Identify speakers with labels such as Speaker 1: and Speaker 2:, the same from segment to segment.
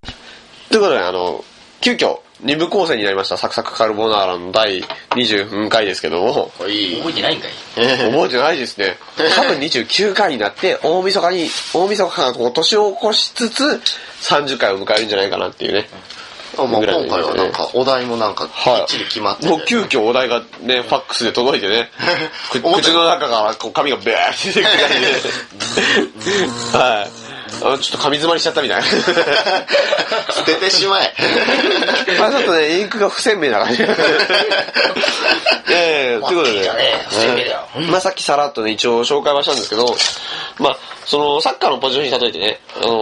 Speaker 1: ということで、あの、急遽、二部構成になりました、サクサクカルボナーラの第24回ですけども、
Speaker 2: おい
Speaker 3: 覚えてないんかい
Speaker 1: 覚えてないですね。多分29回になって、大晦日に、大晦日からこう年を越しつつ、30回を迎えるんじゃないかなっていうね。
Speaker 2: あまあ、
Speaker 1: ぐらい
Speaker 2: 今
Speaker 1: で
Speaker 2: 回はなんかお題もなんかき
Speaker 1: はい
Speaker 2: っちり決まってて
Speaker 1: もう急遽お題がね、ファックスで届いて ね、く
Speaker 2: 思った
Speaker 1: 口の中からこう髪がベーって出てきたりね はい。あのちょっと髪詰まりしちゃったみ たいな。
Speaker 2: 捨ててしま え
Speaker 1: まあちょっとね、インクが不鮮明な感じ。ええということで、
Speaker 3: まあいいよね不鮮明だよ
Speaker 1: うんまあさっきさらっとね、一応紹介はしたんですけど、まあ、その、サッカーのポジションに例えてね、あの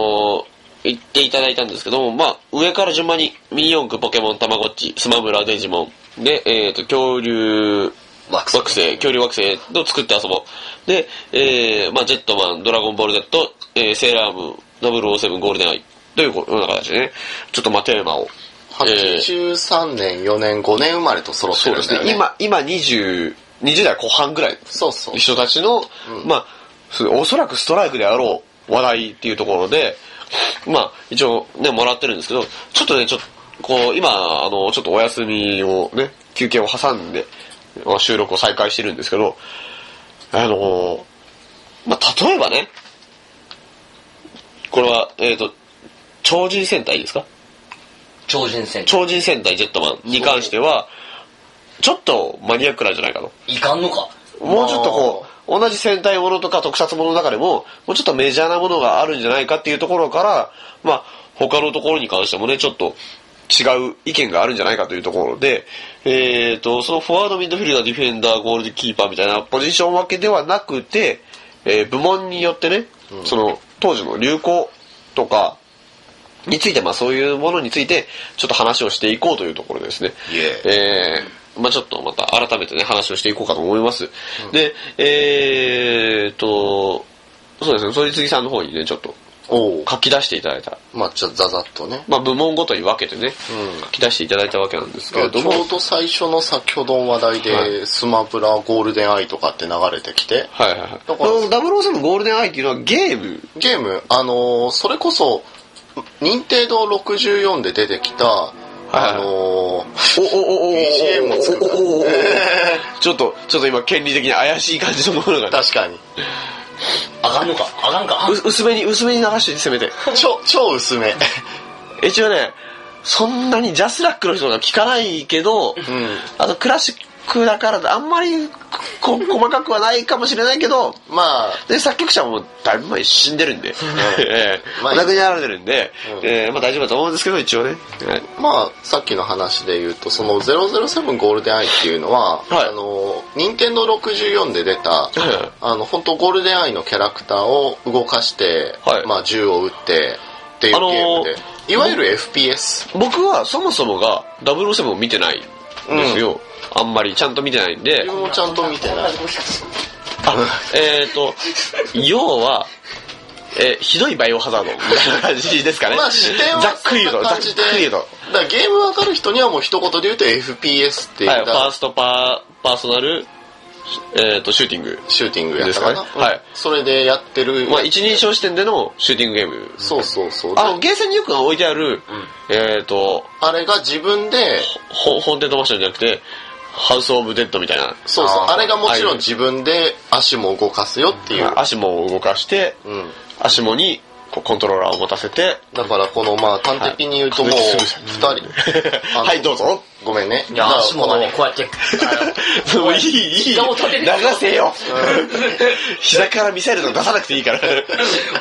Speaker 1: ー言っていただいたんですけども、まあ、上から順番に、ミニ四駆、ポケモン、たまごっち、スマブラ、デジモン、で、えっ、と、恐竜、惑星、恐竜惑星の作って遊ぼう。で、えー、まあ、ジェットマン、ドラゴンボール Z、えー、セーラーム、007ゴールデンアイ、というこうような形でね、ちょっとまあ、テーマを、えー
Speaker 2: 83年4年5年生まれと揃って
Speaker 1: そう
Speaker 2: る
Speaker 1: で
Speaker 2: ん
Speaker 1: す
Speaker 2: だよ
Speaker 1: ね。
Speaker 2: ね
Speaker 1: 今、今20、20代後半ぐらい
Speaker 2: そうそう
Speaker 1: の人たちの、まあ、そうおそらくストライクであろう話題っていうところで、まあ、一応ね、もらってるんですけど、ちょっとね、ちょっと、こう、今、あの、ちょっとお休みをね、休憩を挟んで、まあ収録を再開してるんですけど、あのーまあ、例えばね、これは、えっ、と、超人戦隊ですか
Speaker 3: 超人戦
Speaker 1: 超人戦隊ジェットマンに関しては、ちょっとマニアックなんじゃないかと。
Speaker 3: いかんのか
Speaker 1: もうちょっとこう、同じ戦隊ものとか特撮ものの中でも、もうちょっとメジャーなものがあるんじゃないかっていうところから、まあ、他のところに関してもね、ちょっと違う意見があるんじゃないかというところで、えっ、と、そのフォワード、ミッドフィルダー、ディフェンダー、ゴールキーパーみたいなポジション分けではなくて、えー部門によってね、その当時の流行とか、について、まあそういうものについて、ちょっと話をしていこうというところですね。
Speaker 2: イエー
Speaker 1: えーまあちょっとまた改めてね、話をしていこうかと思います。で、えーっと、そうですね、それ次さんの方にね、ちょっと
Speaker 2: おお
Speaker 1: 書き出していただいた、
Speaker 2: まあちょっとざざっとね
Speaker 1: まあ部門ごとに分けてね、
Speaker 2: うん
Speaker 1: 書き出していただいたわけなんです
Speaker 2: ち
Speaker 1: け
Speaker 2: ょ
Speaker 1: れ
Speaker 2: う
Speaker 1: ども、
Speaker 2: ど最初の先ほどの話題で、
Speaker 1: は
Speaker 2: スマブラゴールデンアイとかって流れてきて
Speaker 1: はいはいはい。
Speaker 2: だ
Speaker 1: こ
Speaker 2: から
Speaker 1: の007ゴールデンアイっていうのはゲーム、
Speaker 2: ゲームあのーそれこそ任天堂64で出てきた、あのー
Speaker 1: おおおおおお
Speaker 2: BGM を作る
Speaker 1: おおおおおちょっと、ちょっと今権利的に怪しい感じのものがね、
Speaker 2: 確かに
Speaker 3: あかんのかあかんか
Speaker 1: う薄めに、薄めに流してせめて。
Speaker 2: 超超 薄め
Speaker 1: 一応ね、そんなにジャスラックの人が聞かないけど、
Speaker 2: ん
Speaker 1: あとクラシックだからあんまりこ細かくはないかもしれないけど、
Speaker 2: まあ
Speaker 1: で、作曲者はもうだいぶ前に死んでるんで、 ええ
Speaker 2: まあ
Speaker 1: お亡くなりになられてるんで、
Speaker 2: うん
Speaker 1: ええまあ大丈夫だと思うんですけど、一応ね。はい
Speaker 2: まあ、さっきの話で言うと、その007ゴールデンアイっていうのは、
Speaker 1: はい
Speaker 2: あの、任天堂64で出た、
Speaker 1: い
Speaker 2: あの、本当ゴールデンアイのキャラクターを動かして、
Speaker 1: はい
Speaker 2: まあ、銃を撃ってっていうゲ
Speaker 1: あのー
Speaker 2: ームで、いわゆる FPS。
Speaker 1: 僕はそもそもが007を見てないんですよ。あんまりちゃんと見てないんで
Speaker 2: 自、分もちゃんと見てない。
Speaker 1: えっ、と、要は、えーひどいバイオハザードみたいな感じですかね。
Speaker 2: まあ、視点は
Speaker 1: ざっくり言う
Speaker 2: そん
Speaker 1: と、ざ
Speaker 2: な
Speaker 1: っ
Speaker 2: 感じで、
Speaker 1: くり言うと。
Speaker 2: だからゲームわかる人にはもう一言で言うと FPS っていう、
Speaker 1: はい、フ
Speaker 2: だから
Speaker 1: ァーストパー、パーソナル、えっ、と、シューティング。
Speaker 2: シューティングやったかな。
Speaker 1: ですかねはい
Speaker 2: それでやってる。
Speaker 1: まあ、一人称視点でのシューティングゲーム。
Speaker 2: そうそうそう。
Speaker 1: あの、ゲーセンによく置いてある、えっ、と、
Speaker 2: あれが自分で、
Speaker 1: ほ本店飛ばしたんじゃなくて、ハウス・オブ・デッドみたいな。
Speaker 2: そうそう
Speaker 3: あ
Speaker 2: あ
Speaker 3: ー
Speaker 2: れがもち
Speaker 1: あ
Speaker 2: ろ
Speaker 1: あいうん
Speaker 2: 自分で足も動かすよっていう、
Speaker 1: 足も動かして、
Speaker 2: うん、
Speaker 1: 足もにこうコントローラーを持たせて、
Speaker 2: だからこのまあ端的に言うとも
Speaker 1: は
Speaker 2: う
Speaker 1: い
Speaker 2: 2人、あの
Speaker 1: はい、どうぞ。
Speaker 2: ごめんね
Speaker 3: いや
Speaker 2: だから
Speaker 3: 足もがねこうやってあの
Speaker 1: もういい、いい。
Speaker 3: 膝を立て
Speaker 1: 流
Speaker 3: る
Speaker 1: せ よ。膝からミサイルとか出さなくていいから。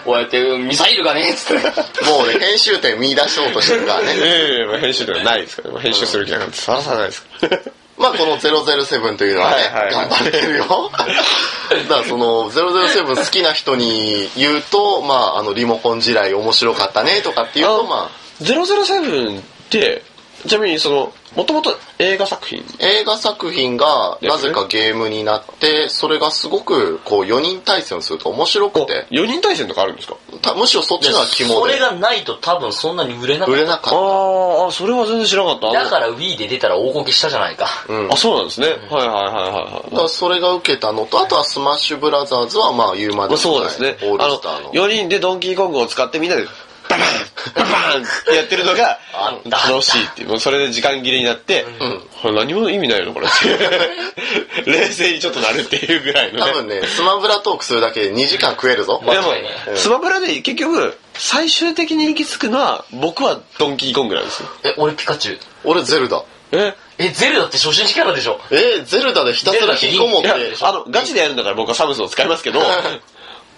Speaker 3: こうやってミサイルがねつって
Speaker 2: もうね編集点見出そうとしてるから ね
Speaker 1: ええまあ編集ではないですから、まあ編集する気なんてさらさらないですから。
Speaker 2: まあこの007というのはね、
Speaker 1: はいはい
Speaker 2: 頑張って るよだからその007好きな人に言うとまああのリモコン時代面白かったねとかっていうとまあ
Speaker 1: 007ってちなみにそのもともと映画作品
Speaker 2: 映画作品が
Speaker 1: です
Speaker 2: な
Speaker 1: ね
Speaker 2: ぜかゲームになってそれがすごくこう4人対戦をすると面白くて
Speaker 1: 4人対戦とかあるんですか
Speaker 2: たむしろそっちのは肝で
Speaker 3: それがないと多分そんなに売れなか
Speaker 2: 売
Speaker 3: っ
Speaker 2: れなかっ
Speaker 1: ああそれは全然知らなかったた
Speaker 3: だから Wii で出たら大こけしたじゃないか
Speaker 2: た。うん。
Speaker 1: あそうなんですね、はいはいはいはい
Speaker 2: だからそれが受けたのと、あとはスマッシュブラザーズはまあ言うま
Speaker 1: ま
Speaker 2: でも
Speaker 1: あ、そうですね
Speaker 2: オール
Speaker 1: あ
Speaker 2: スターの。
Speaker 1: の4人でドンキーコングを使ってみんなでババーンババーンってやってるのが
Speaker 3: あった
Speaker 1: 楽しいっていうもうそれで時間切れになって、これ何も意味ないのこれ って冷静にちょっとなるっていうぐらいのね
Speaker 2: 多分ね、スマブラトークするだけで2時間食えるぞ。
Speaker 3: ま
Speaker 1: で
Speaker 3: あ
Speaker 1: も
Speaker 3: 間違いない、
Speaker 1: スマブラで結局、最終的に行き着くのは、僕はドンキーコングなんですよ。
Speaker 3: え、俺ピカチュウ。
Speaker 2: 俺ゼルダ。
Speaker 1: え
Speaker 3: え、ゼルだって初心者からでしょ。
Speaker 2: えー、ゼルダでひたすら引きこもっ
Speaker 1: い
Speaker 2: て
Speaker 1: や、、あの、ガチでやるんだから僕はサムスンを使いますけ ど、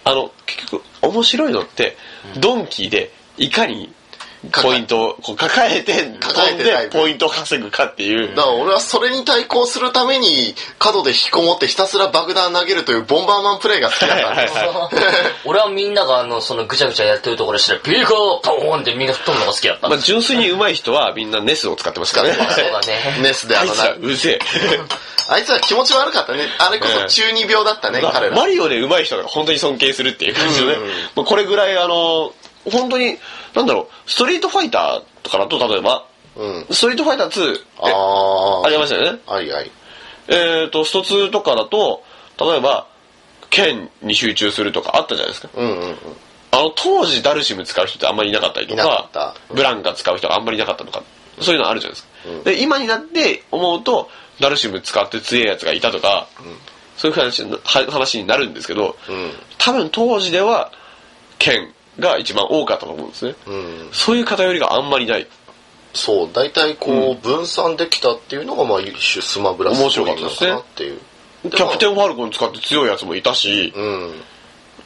Speaker 1: あの、結局、面白いのって、ドンキーで、いかに、ポイントをこう抱えて、
Speaker 2: 抱
Speaker 1: 飛
Speaker 2: え
Speaker 1: ん
Speaker 2: てタイ
Speaker 1: で
Speaker 2: プ、
Speaker 1: ポイントを稼ぐかっていう
Speaker 2: だ。から俺はそれに対抗するために角で引きこもってひたすら爆弾投げるというボンバーマンプレイが好きだったんです
Speaker 1: はい
Speaker 3: 俺はみんながあの、そのぐちゃぐちゃやってるところして、ピーカーパオーンってみんな吹っ飛ぶのが好きだった。
Speaker 1: まあ、純粋に上手い人はみんなネスを使ってますからね。
Speaker 3: そうだね。
Speaker 2: ネスであ
Speaker 1: あい
Speaker 2: の
Speaker 1: つら
Speaker 2: な
Speaker 1: うぜ
Speaker 2: あいつは気持ち悪かったねあれこそ中二病だった
Speaker 1: え。
Speaker 2: ね彼ら
Speaker 1: マリオで上手い人が本当に尊敬するっていう感じのね。まあこれぐらいあの、本当に、なんだろう、ストリートファイターとかだと、例えば、
Speaker 2: うん
Speaker 1: ストリートファイター2、え
Speaker 2: あ
Speaker 1: ありましたよね。
Speaker 2: あはいはい
Speaker 1: えっ、と、スト2とかだと、例えば、剣に集中するとかあったじゃないですか。
Speaker 2: うんうんうん
Speaker 1: あの、当時ダルシム使う人ってあんまりいなかったりと
Speaker 2: いなか
Speaker 1: か、
Speaker 2: った
Speaker 1: ブランカ使う人があんまりいなかったとか、そういうのあるじゃないですか。で、今になって思うと、ダルシム使って強いやつがいたとか、そういう話なは話になるんですけど、
Speaker 2: ん
Speaker 1: 多分当時では、剣が一番多かったと思うんですね。
Speaker 2: うん
Speaker 1: そういう偏りがあんまりない。
Speaker 2: そう大体こう分散できたっていうのがまあ一種スマブラ
Speaker 1: 面
Speaker 2: す
Speaker 1: 白
Speaker 2: ご
Speaker 1: かったで
Speaker 2: いの
Speaker 1: す
Speaker 2: か
Speaker 1: ね
Speaker 2: なっていう
Speaker 1: キャプテンファルコン使って強いやつもいたし、
Speaker 2: うん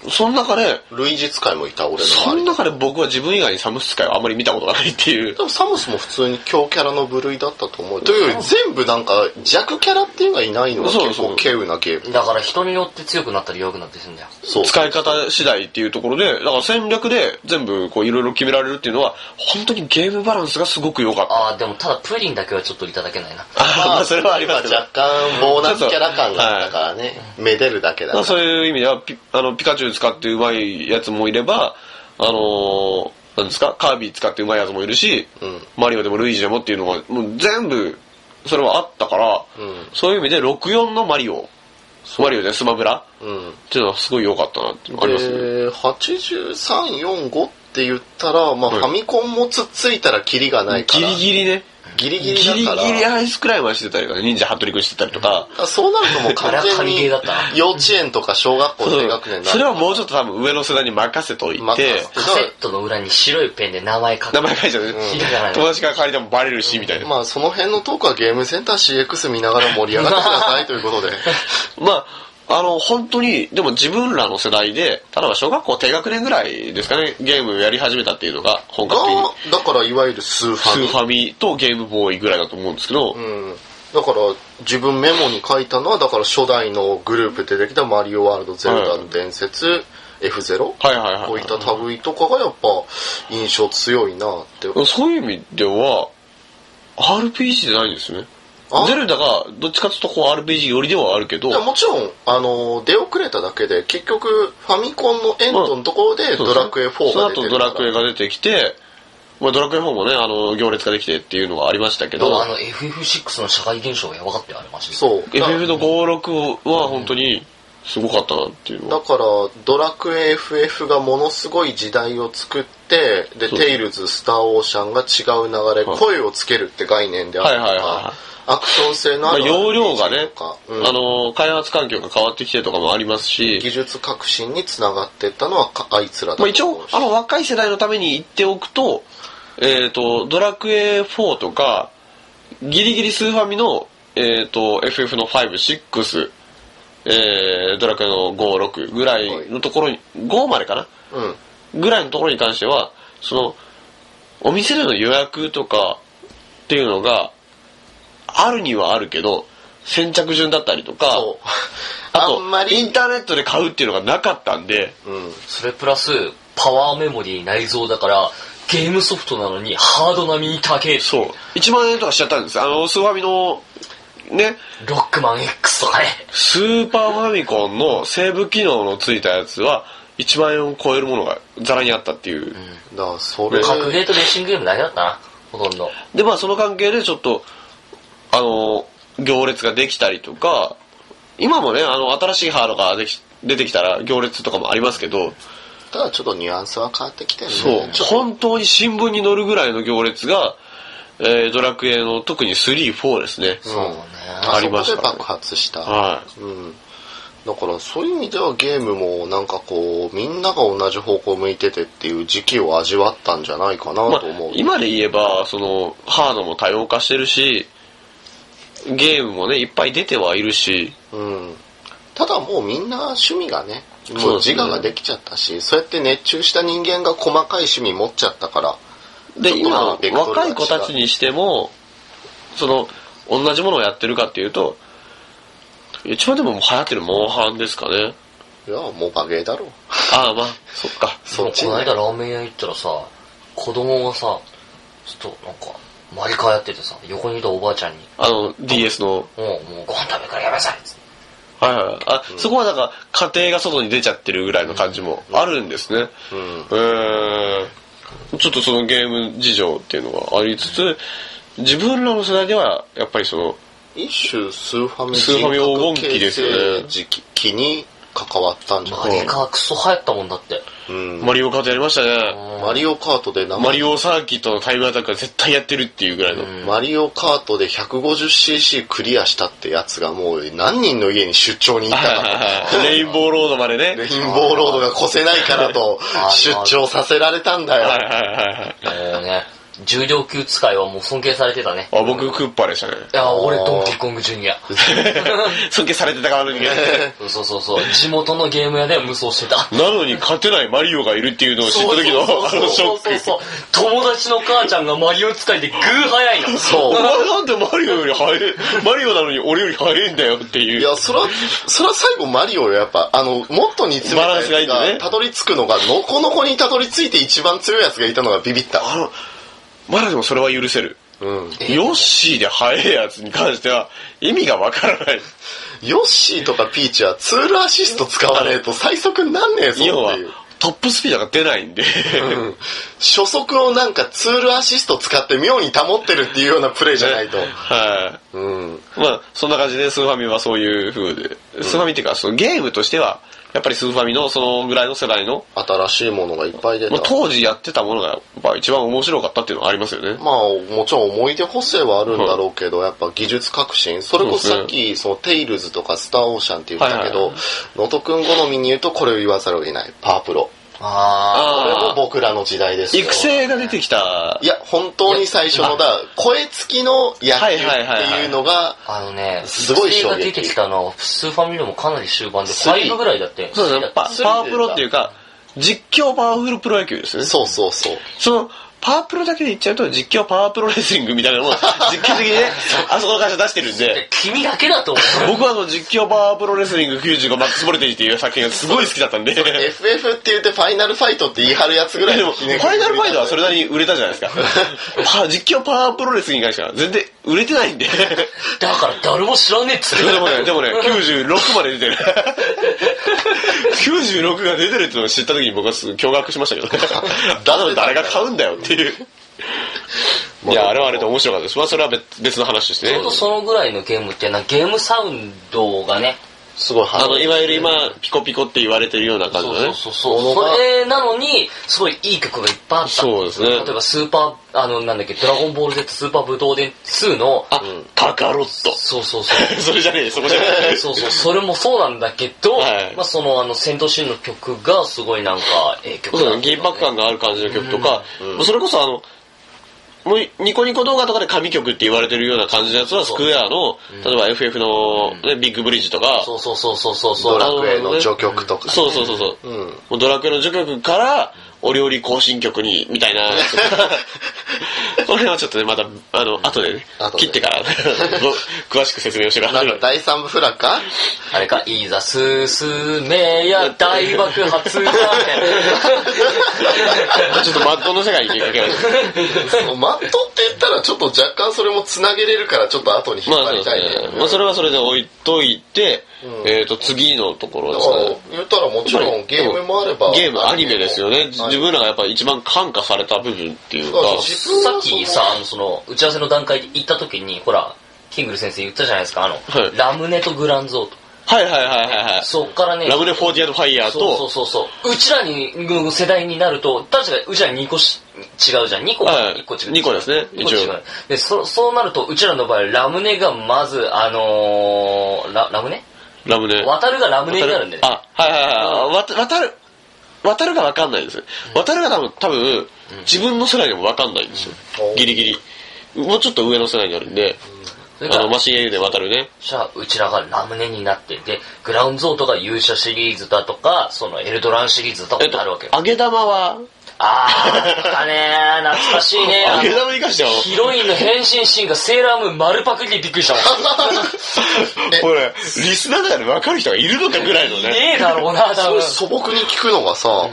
Speaker 1: その中で、
Speaker 2: 類似使いもいた俺の
Speaker 1: そ
Speaker 2: 周
Speaker 1: の
Speaker 2: り
Speaker 1: 中で僕は自分以外にサムス使いはあんまり見たことがないっていう
Speaker 2: で。もサムスも普通に強キャラの部類だったと思うというより全部なんか弱キャラっていうのがいないのが
Speaker 1: そう
Speaker 2: 結
Speaker 1: そう
Speaker 2: 構稀有なゲーム
Speaker 3: だから人によって強くなったり弱くなったりするんだよ。
Speaker 2: そう
Speaker 1: 使い方次第っていうところで、だから戦略で全部こういろいろ決められるっていうのは、本当にゲームバランスがすごく良かった。
Speaker 3: ああ、でもただプリンだけはちょっといただけないな。
Speaker 1: あまあ それはありますけど。
Speaker 2: 若干ボーナスキャラ感があったからね、めでるだけ
Speaker 1: ま
Speaker 2: だか
Speaker 1: あ、
Speaker 2: ら
Speaker 1: そういう意味ではピあのピカチュウ使ってうまいやつもいればあのーなんですかカービィ使ってうまいやつもいるし、
Speaker 2: うん
Speaker 1: マリオでもルイージでもっていうのがもう全部それはあったから、
Speaker 2: うん
Speaker 1: そういう意味で64のマリオマリオでスマブラ
Speaker 2: うん
Speaker 1: っていうのはすごい良かったなっていうのがありますね
Speaker 2: で8345って言ったら、まあ、
Speaker 1: はい
Speaker 2: ファミコンもつっついたらキリがないか
Speaker 1: ギ
Speaker 2: ら
Speaker 1: リギリね
Speaker 2: ギリ
Speaker 1: ギ
Speaker 2: ギ
Speaker 1: リギ
Speaker 2: リだから
Speaker 1: リアイスクライマーしてたりとかね忍者ハットリくんしてたりとか、
Speaker 2: そうなるともう完
Speaker 3: あれは
Speaker 2: 全
Speaker 3: 神ゲ
Speaker 2: に
Speaker 3: ーだった
Speaker 2: 幼稚園とか小学校低学年だ
Speaker 1: それはもうちょっと多分上の世代に任せとい
Speaker 2: 任
Speaker 1: て
Speaker 2: せて
Speaker 3: カセットの裏に白いペンで名前書く。
Speaker 1: 名前書いちゃうね、
Speaker 3: ひらがなで
Speaker 1: 友達から借りてもバレるしみたいな、
Speaker 2: まあその辺のトークはゲームセンター CX 見ながら盛り上がってくださいとい うことで
Speaker 1: まあ、あの、本当に、でも自分らの世代で、例えば小学校低学年ぐらいですかね、ゲームやり始めたっていうのが、本格的に
Speaker 2: が。だからいわゆるスーフ
Speaker 1: ス
Speaker 2: ァ
Speaker 1: ー
Speaker 2: ミ
Speaker 1: ファミとゲームボーイぐらいだと思うんですけど、
Speaker 2: うんだから自分メモに書いたのはだから初代のグループでできた「マリオワールドゼルダの伝説」F0
Speaker 1: はいはいはい
Speaker 2: こういった類とかがやっぱ印象強いなって
Speaker 1: そういう意味では、RPG じゃないんですよね
Speaker 2: あ。
Speaker 1: ゼルダがどっちかというとこう RPG 寄りではあるけど
Speaker 2: いや、もちろんあの出遅れただけで結局ファミコンのエンドのところで「
Speaker 1: そうで
Speaker 2: ド
Speaker 1: すね
Speaker 2: ラクエ4」が出
Speaker 1: その
Speaker 2: て
Speaker 1: 後
Speaker 2: る
Speaker 1: ド
Speaker 2: から
Speaker 1: ラクエが出てきて、まあ、ドラクエ4もね、あの、行列ができてっていうのがありましたけ
Speaker 3: どうあ
Speaker 1: ど、
Speaker 3: の FF6 の社会現象がやばかったよ、あれマジで。
Speaker 2: そうだ
Speaker 1: FF の56は本当にすごかったなっていうのは
Speaker 2: だからドラクエ FF がものすごい時代を作ってで
Speaker 1: そう
Speaker 2: テイルズスターオーシャンが違う流れ
Speaker 1: はい
Speaker 2: 声をつけるって概念であると
Speaker 1: はいはいはいはい
Speaker 2: かアクション性の
Speaker 1: ま
Speaker 2: あ
Speaker 1: あ、
Speaker 2: る
Speaker 1: 容量がね
Speaker 2: RPG とか、うん
Speaker 1: あの開発環境が変わってきてとかもあります
Speaker 2: 技
Speaker 1: し、
Speaker 2: 術革新につながっていったのはかあいつらだと
Speaker 1: まあ、
Speaker 2: 思う
Speaker 1: 一
Speaker 2: し
Speaker 1: 応あの若い世代のために言っておくと,、えー、とドラクエ4とかギリギリスーファミの、えー、と FF の56、えー、ドラクエの56ぐらいのところに、5までかな
Speaker 2: うん
Speaker 1: ぐらいのところに関してはそのお店での予約とかっていうのがあるにはあるけど先着順だったりとか
Speaker 2: そう
Speaker 1: あ
Speaker 2: あ
Speaker 1: と
Speaker 2: んま
Speaker 1: イン
Speaker 2: り
Speaker 1: ターネットで買うっていうのがなかったんで、
Speaker 2: うん
Speaker 3: それプラス、パワーメモリー内蔵だから、ゲームソフトなのにハード並みに高え。
Speaker 1: そう。1万円とかしちゃったんです。あの、スーファミの、ね、
Speaker 3: ロックマン X とかね。
Speaker 1: スーパーファミコンのセーブ機能のついたやつは、1万円を超えるものがザラにあったっていう。
Speaker 2: だからそれ
Speaker 3: 格ゲーとレーシングゲームだけだったな、ほとんど。
Speaker 1: で、まあその関係でちょっと、あの、行列ができたりとか、今もね、あの、新しいハードができ出てきたら行列とかもありますけど、
Speaker 2: ただちょっとニュアンスは変わってきてるね
Speaker 1: そう、
Speaker 2: ちょ
Speaker 1: 本当に新聞に載るぐらいの行列が、えードラクエの特に3、4ですね。
Speaker 2: うん
Speaker 3: そうね
Speaker 2: あ
Speaker 1: ありました
Speaker 2: そこで爆発した、
Speaker 1: は。
Speaker 2: うん、だからそういう意味ではゲームもなんかこうみんなが同じ方向向いててっていう時期を味わったんじゃないかない
Speaker 1: まあ
Speaker 2: と思う、、
Speaker 1: 今で言えば、その、ハードも多様化してるし、ゲームもね、いっぱい出てはいるし、
Speaker 2: うん、ただもうみんな趣味がね
Speaker 1: そ
Speaker 2: も
Speaker 1: う
Speaker 2: う
Speaker 1: です
Speaker 2: 自
Speaker 1: ね
Speaker 2: 我ができちゃったしそう,、やって熱中した人間が細かい趣味持っちゃったから
Speaker 1: で、
Speaker 2: ちょっとま
Speaker 1: 今
Speaker 2: あ、ベクトルが
Speaker 1: 若
Speaker 2: 違う
Speaker 1: い子たちにしても、その、同じものをやってるかっていうと、一番でも流行ってるモンハンですかね。
Speaker 2: いやもうバゲーだろ
Speaker 1: ああ、まあ、そっか。
Speaker 2: そっち
Speaker 3: この
Speaker 2: ね
Speaker 3: 間ラーメン屋行ったらさ、子供がさ、ちょっとなんか、マリカーやっててさ、横にいたおばあちゃんに、
Speaker 1: あの、DS の。
Speaker 3: もう、もうご飯食べるからやめなさいっつって
Speaker 1: はいはいはい。あ、そこはなんか、家庭が外に出ちゃってるぐらいの感じもあるんですね。
Speaker 2: ううん
Speaker 1: えー、ちょっとそのゲーム事情っていうのがありつつ、自分らの世代では、やっぱりその、
Speaker 2: 一種スーファミ
Speaker 1: スーファミ黄金期ですよね
Speaker 2: 人格形成時期に関わったんじゃ
Speaker 3: マ
Speaker 2: ない
Speaker 3: リカークソ流行ったもんだって。
Speaker 2: うん
Speaker 1: マリオカートやりましたね。
Speaker 2: マリオカートでなんか
Speaker 1: マリオサーキットのタイムアタックは絶対やってるっていうぐらいの。
Speaker 2: マリオカートで 150cc クリアしたってやつがもう何人の家に出張に行っ
Speaker 1: はい
Speaker 2: た
Speaker 1: はい
Speaker 2: か
Speaker 1: はい レインボーロードまでね。
Speaker 2: レインボーロードが越せないからと
Speaker 3: あ
Speaker 2: 出張させられたんだ
Speaker 1: はい
Speaker 2: よ。
Speaker 1: はいはいはい。
Speaker 3: もうね、重量級使いはもう尊敬されてたね。
Speaker 1: あ、僕クッパで したね。
Speaker 3: いや、俺ドンキーコングジュニア。
Speaker 1: 尊敬されてたからの人間。
Speaker 3: そうそうそうそう。地元のゲーム屋では無双してた。
Speaker 1: なのに勝てないマリオがいるっていうのを知った時の、あのショック。
Speaker 3: そう友達の母ちゃんがマリオ使いでグー早いの。
Speaker 1: お
Speaker 2: そ
Speaker 1: 前
Speaker 2: う。
Speaker 1: なんでマリオより早い、マリオなのに俺より早いんだよっていう。
Speaker 2: いや、そら、そら最後マリオよやっぱ、あの、もっと煮詰めた
Speaker 1: バラン
Speaker 2: やつ
Speaker 1: スがいいんで
Speaker 2: が、
Speaker 1: ね
Speaker 2: たどり着くのが、のこのこにたどり着いて一番強いやつがいたのがビビった。
Speaker 1: あの、まだでもそれは許せる。
Speaker 2: うん。
Speaker 1: ヨッシーで速いやつに関しては意味がわからない。
Speaker 2: ヨッシーとかピーチはツールアシスト使わねえと最速になんねえぞ
Speaker 1: 要
Speaker 2: っ
Speaker 1: は
Speaker 2: ていう。
Speaker 1: トップスピードが出ないんで。
Speaker 2: うん初速をなんかツールアシスト使って妙に保ってるっていうようなプレイじゃないと。
Speaker 1: はい。
Speaker 2: うん。
Speaker 1: まあ、そんな感じでスーファミはそういう風で、スーファミっていうかそのゲームとしては、やっぱりスーファミのそのぐらいの世代の、
Speaker 2: 新しいものがいっぱい出た
Speaker 1: まあ、。当時やってたものがやっぱ一番面白かったっていうのはありますよね。
Speaker 2: まあ、もちろん思い出補正はあるんだろうけど、やっぱ技術革新、それこそさっき、その、テイルズとかスターオーシャンって言ったけ
Speaker 1: はい
Speaker 2: ど
Speaker 1: は、
Speaker 2: 能登くん好みに言うとこれを言わざるを得ない。パワープロ。
Speaker 3: あ
Speaker 2: これも
Speaker 1: ああ、
Speaker 2: 僕らの時代ですよ。
Speaker 1: 育成が出てきた
Speaker 2: い。や、本当に最初のだ、声付きの野球っていうのが、
Speaker 3: あ。あのね、
Speaker 2: すごい
Speaker 3: 育成
Speaker 2: 衝撃
Speaker 3: が出てきたのは、スーファミリーもかなり終盤で、
Speaker 2: スリー
Speaker 3: 5ぐらいだって。
Speaker 1: そうですね。パ
Speaker 2: スリーで
Speaker 1: パワープロっていうか、実況パワフルプロ野球ですね。
Speaker 2: そうそうそう。
Speaker 1: その、パワープロだけで言っちゃうと、実況パワープロレスリングみたいな のも、実況的にね、あそこの会社出してるんで、
Speaker 3: 君だけだと思う。
Speaker 1: 僕はあの、実況パワープロレスリング95マックスボルテージっていう作品がすごい好きだったんで、で
Speaker 2: FF って言ってファイナルファイトって言い張るやつぐらい
Speaker 1: も、
Speaker 2: の
Speaker 1: フ
Speaker 2: 記
Speaker 1: ァ
Speaker 2: 念
Speaker 1: イ
Speaker 2: 館
Speaker 1: ナルファイトはそれなりに売れたじゃないです か。パ実況パワープロレスリングに関しては全然売れてないん で。
Speaker 3: だから誰も知らねえっつっ
Speaker 1: で
Speaker 3: て。
Speaker 1: もね、でもね、96まで出てる。96が出てるっていうのを知った時に僕はすごい驚愕しましたけど ね。だから誰が買うんだよっていう。いや、あれはあれで面白かったです。まあ、それは別別の話ですね
Speaker 3: ちょう。どそのぐらいのゲームっていうのは、ゲームサウンドがね、
Speaker 2: すごい
Speaker 1: あの、いわゆる今、ピコピコって言われてるような感じ
Speaker 3: そう
Speaker 1: だ
Speaker 3: そ
Speaker 1: ね
Speaker 3: う。そうそう。
Speaker 2: もの
Speaker 3: そ
Speaker 2: が
Speaker 3: れなのに、すごいいい曲がいっぱいあった。
Speaker 1: そうですね
Speaker 3: 例えば、スーパー、あの、なんだっけ、ドラゴンボール Z スーパーブドウ伝2の、
Speaker 1: あ、パカロット。
Speaker 3: そうそうそう。
Speaker 1: それじゃねえ、そこじゃねえ。
Speaker 3: そうそう、それもそうなんだけど、
Speaker 1: はい
Speaker 3: まあその、あの、戦闘シーンの曲がすごいなんか、ええ曲
Speaker 1: そう
Speaker 3: だ
Speaker 1: だね、緊迫感がある感じの曲とか、それこそあの、もうニコニコ動画とかで神曲って言われてるような感じのやつはスクエアの、例えば FF の、ねビッグブリッジとか、
Speaker 3: そうそうそうそうそ
Speaker 2: ド
Speaker 3: うそう。
Speaker 2: ラクエの序曲とか、ね。
Speaker 1: そうそうそうそう、
Speaker 2: うん
Speaker 1: もうドラクエの序曲からお料理更新曲にみたい なこの辺はちょっとねまたあの、後でね
Speaker 2: 後で
Speaker 1: 切ってから 詳しく説明をしてから
Speaker 2: なんか第三部フラか
Speaker 3: あれか、いざ進めや大爆発だね。
Speaker 1: ちょっとマッドの世界にかけられて
Speaker 2: マットって言ったらちょっと若干それもつなげれるからちょっと後に引 っ
Speaker 1: まあ
Speaker 2: 張
Speaker 1: そうで
Speaker 2: り
Speaker 1: す
Speaker 2: たいね。
Speaker 1: ね、まあ、それはそれで置いといて、えっ、と次のところ
Speaker 2: だ
Speaker 1: で
Speaker 2: か
Speaker 1: す
Speaker 2: ら
Speaker 1: ね
Speaker 2: 言ったらもちろんゲームもあれば。
Speaker 1: ゲームアニメですよね、
Speaker 2: アニ
Speaker 1: 自
Speaker 2: メも
Speaker 1: 分らがやっぱ一番感化された部分っていうか
Speaker 2: そうそう
Speaker 3: さっきさ、あの、その、打ち合わせの段階で行った時に、ほら、キングル先生言ったじゃないですか、あの、
Speaker 1: はい
Speaker 3: ラムネとグランゾーと。
Speaker 1: はいはいはいはいはい。
Speaker 3: そっからね
Speaker 1: ラムネフォーディアのファイヤー
Speaker 3: そうそう
Speaker 1: と、
Speaker 3: そうそううちらにの世代になると確かにうちら2個し違うじゃん2個か、
Speaker 1: はい
Speaker 3: 1個違う
Speaker 1: 二個ですね
Speaker 3: 2個違
Speaker 1: 一
Speaker 3: うでそそうなるとうちらの場合ラムネがまずあのー、ララムネ
Speaker 1: ラムネ。
Speaker 3: 渡るがラムネになるんだよね
Speaker 1: あ、はいはいはい。わた渡る、渡るがわかんないです。渡るが多分、多分、自分の世代でもわかんないんですよ
Speaker 2: う。ん
Speaker 1: ギリギリ。もうちょっと上の世代になるんで、
Speaker 3: それか
Speaker 1: あ
Speaker 3: ら
Speaker 1: の、マシンエルで渡るね。
Speaker 3: じゃあうちらがラムネになってでグラウンゾートが勇者シリーズだとかそのエルドランシリーズだと
Speaker 1: え
Speaker 3: か
Speaker 1: っと
Speaker 3: あるわけよ、、
Speaker 1: 揚げ玉は、
Speaker 3: あーあったねー懐かしいね
Speaker 1: 揚げ玉に関しては、
Speaker 3: ヒロインの変身シーンがセーラームーン丸パクリでびっくりしたも
Speaker 2: え
Speaker 1: これ、リスナーの中でわかる人がいるのかぐらいの
Speaker 3: ん。
Speaker 1: ね。
Speaker 3: ねえだろうな、多分。
Speaker 2: 素朴に聞くのがさ、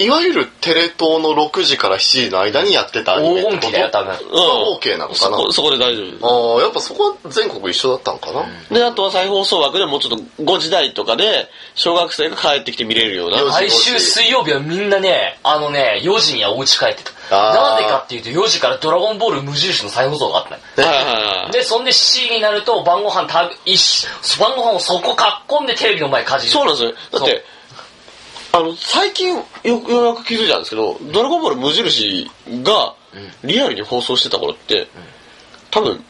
Speaker 2: いわゆるテレ東の6時から7時の間にやってたアニメ
Speaker 3: 黄
Speaker 2: ってこ
Speaker 3: 金
Speaker 2: と
Speaker 3: 期だよ、多分。
Speaker 1: うん
Speaker 2: は OK なのか
Speaker 1: そ
Speaker 2: な
Speaker 1: こ、そこで大丈夫です。
Speaker 2: ああやっぱそこは全国一緒だったのかな、
Speaker 1: で、あとは再放送枠でもうちょっと5時台とかで、小学生が帰ってきて見れるような。
Speaker 2: よし
Speaker 3: 毎週水曜日はみんなね、あのね、4時にはお家帰ってた。な
Speaker 2: あー
Speaker 3: ぜかっていうと、4時からドラゴンボール無印の再放送があったのよ
Speaker 1: はいはいはい。
Speaker 3: で、そんで7時になると、晩ご飯食べ、一緒晩ご飯をそこかっこんでテレビの前かじる。
Speaker 1: そうなんですよ。だって、あの、最近よ、ようやく気づいたんですけど、ドラゴンボール無印がリアルに放送してた頃って、多分、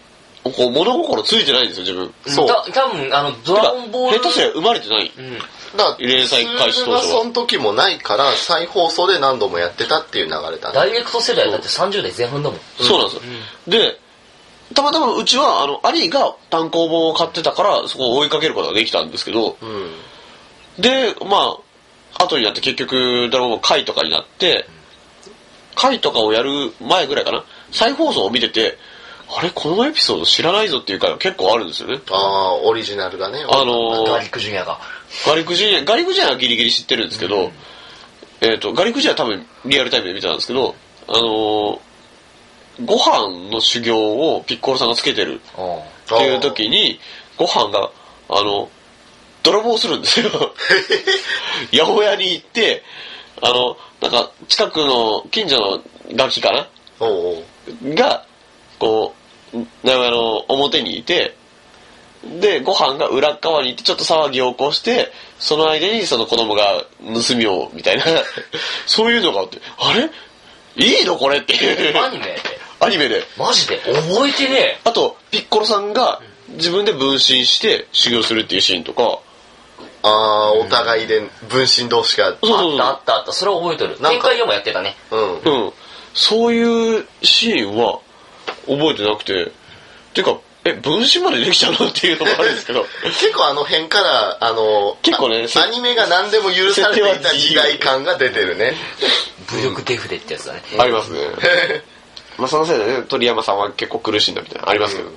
Speaker 1: こう物心ついてないんですよ、自分。
Speaker 3: うん
Speaker 2: そう
Speaker 3: た多分あの、ドラゴンボー
Speaker 1: て
Speaker 3: ル。
Speaker 1: か下手すりゃ生まれてない。
Speaker 3: う
Speaker 2: だ
Speaker 3: ん。
Speaker 2: から
Speaker 1: 連載開始当初は
Speaker 2: 普通がその時もないから再放送で何度もやってたっていう流れだね
Speaker 3: ダイレクト世代だって30代前半だもん。
Speaker 1: そうなんですよ。で、たまたまうちは、あの、アリーが単行本を買ってたから、そこを追いかけることができたんですけど、
Speaker 2: うん
Speaker 1: で、まあ、後になって結局、ドラゴンボール回とかになって、回とかをやる前ぐらいかな、再放送を見てて、あれ、このエピソード知らないぞっていう回が結構あるんですよね。
Speaker 2: ああオリジナルがね
Speaker 1: あの
Speaker 3: ガー
Speaker 1: ー
Speaker 3: リックジュニアが。
Speaker 1: ガリックジュニア、ガリックジュニアはギリギリ知ってるんですけど、えっ、と、ガリックジュニアは多分リアルタイムで見てたんですけど、あのーご飯の修行をピッコロさんがつけてる
Speaker 3: うん
Speaker 1: っていう時に、ご飯が、あの、泥棒するんですよ。八百屋に行って、あの、なんか、近くの、近所のガキかな
Speaker 2: おうおう
Speaker 1: が、こう、八百屋の表にいて、で、ご飯が裏っ側に行って、ちょっと騒ぎを起こして、その間にその子供が盗みを、みたいな、そういうのがあって、あれいいのこれっていう。
Speaker 3: アニメで。
Speaker 1: アニメで。
Speaker 3: マジで覚えてね
Speaker 1: あと、ピッコロさんが自分で分身して修行するっていうシーンとか、
Speaker 2: ああお互いで分身同士が
Speaker 3: え。
Speaker 1: そうそう
Speaker 3: あ
Speaker 1: そ
Speaker 3: っ
Speaker 1: う
Speaker 3: たあったあった。それは覚えてる。
Speaker 2: なんか
Speaker 3: 展開でもやってたね。
Speaker 2: うん
Speaker 1: うん。そういうシーンは覚えてなくて、てか、え、分身までできちゃうのっていうのもあるんです けど、
Speaker 2: 結構あの辺からあの
Speaker 1: 結構ねせ
Speaker 2: あアニメが何でも許されていた時代感が出てる ね
Speaker 3: 武力デフレってやつだね。
Speaker 1: あり ますね。まあそのせいでね、鳥山さんは結構苦しんだみたいなのありますけど、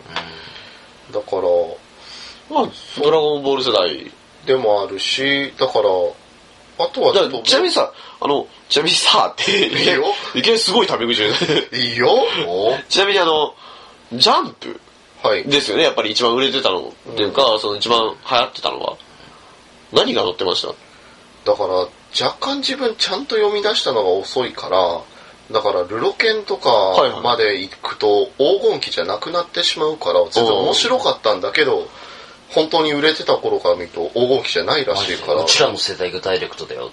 Speaker 2: だから
Speaker 1: まあ、ドラゴンボール世代。
Speaker 2: でもあるしだからあと
Speaker 1: じゃ
Speaker 2: はちょ
Speaker 1: あ
Speaker 2: っと
Speaker 1: ちなみにさ、あの、ちなみにさ、って、いき
Speaker 2: いいよ
Speaker 1: なりすごいタメ口で
Speaker 2: いいよ
Speaker 3: お
Speaker 1: ちなみにあの、ジャンプ
Speaker 2: はい
Speaker 1: ですよね、やっぱり一番売れてたの、っていうか、その一番流行ってたのは。何が載ってました
Speaker 2: だから若干自分ちゃんと読み出したのが遅いからだからルロケンと
Speaker 1: いは
Speaker 2: か
Speaker 1: い
Speaker 2: まで行くと黄金期じゃなくなってしまうから全然面白かったんだけど本当に売れてた頃から見ると黄金期じゃないらしいから
Speaker 3: うちらの世代がダイレクトだよ。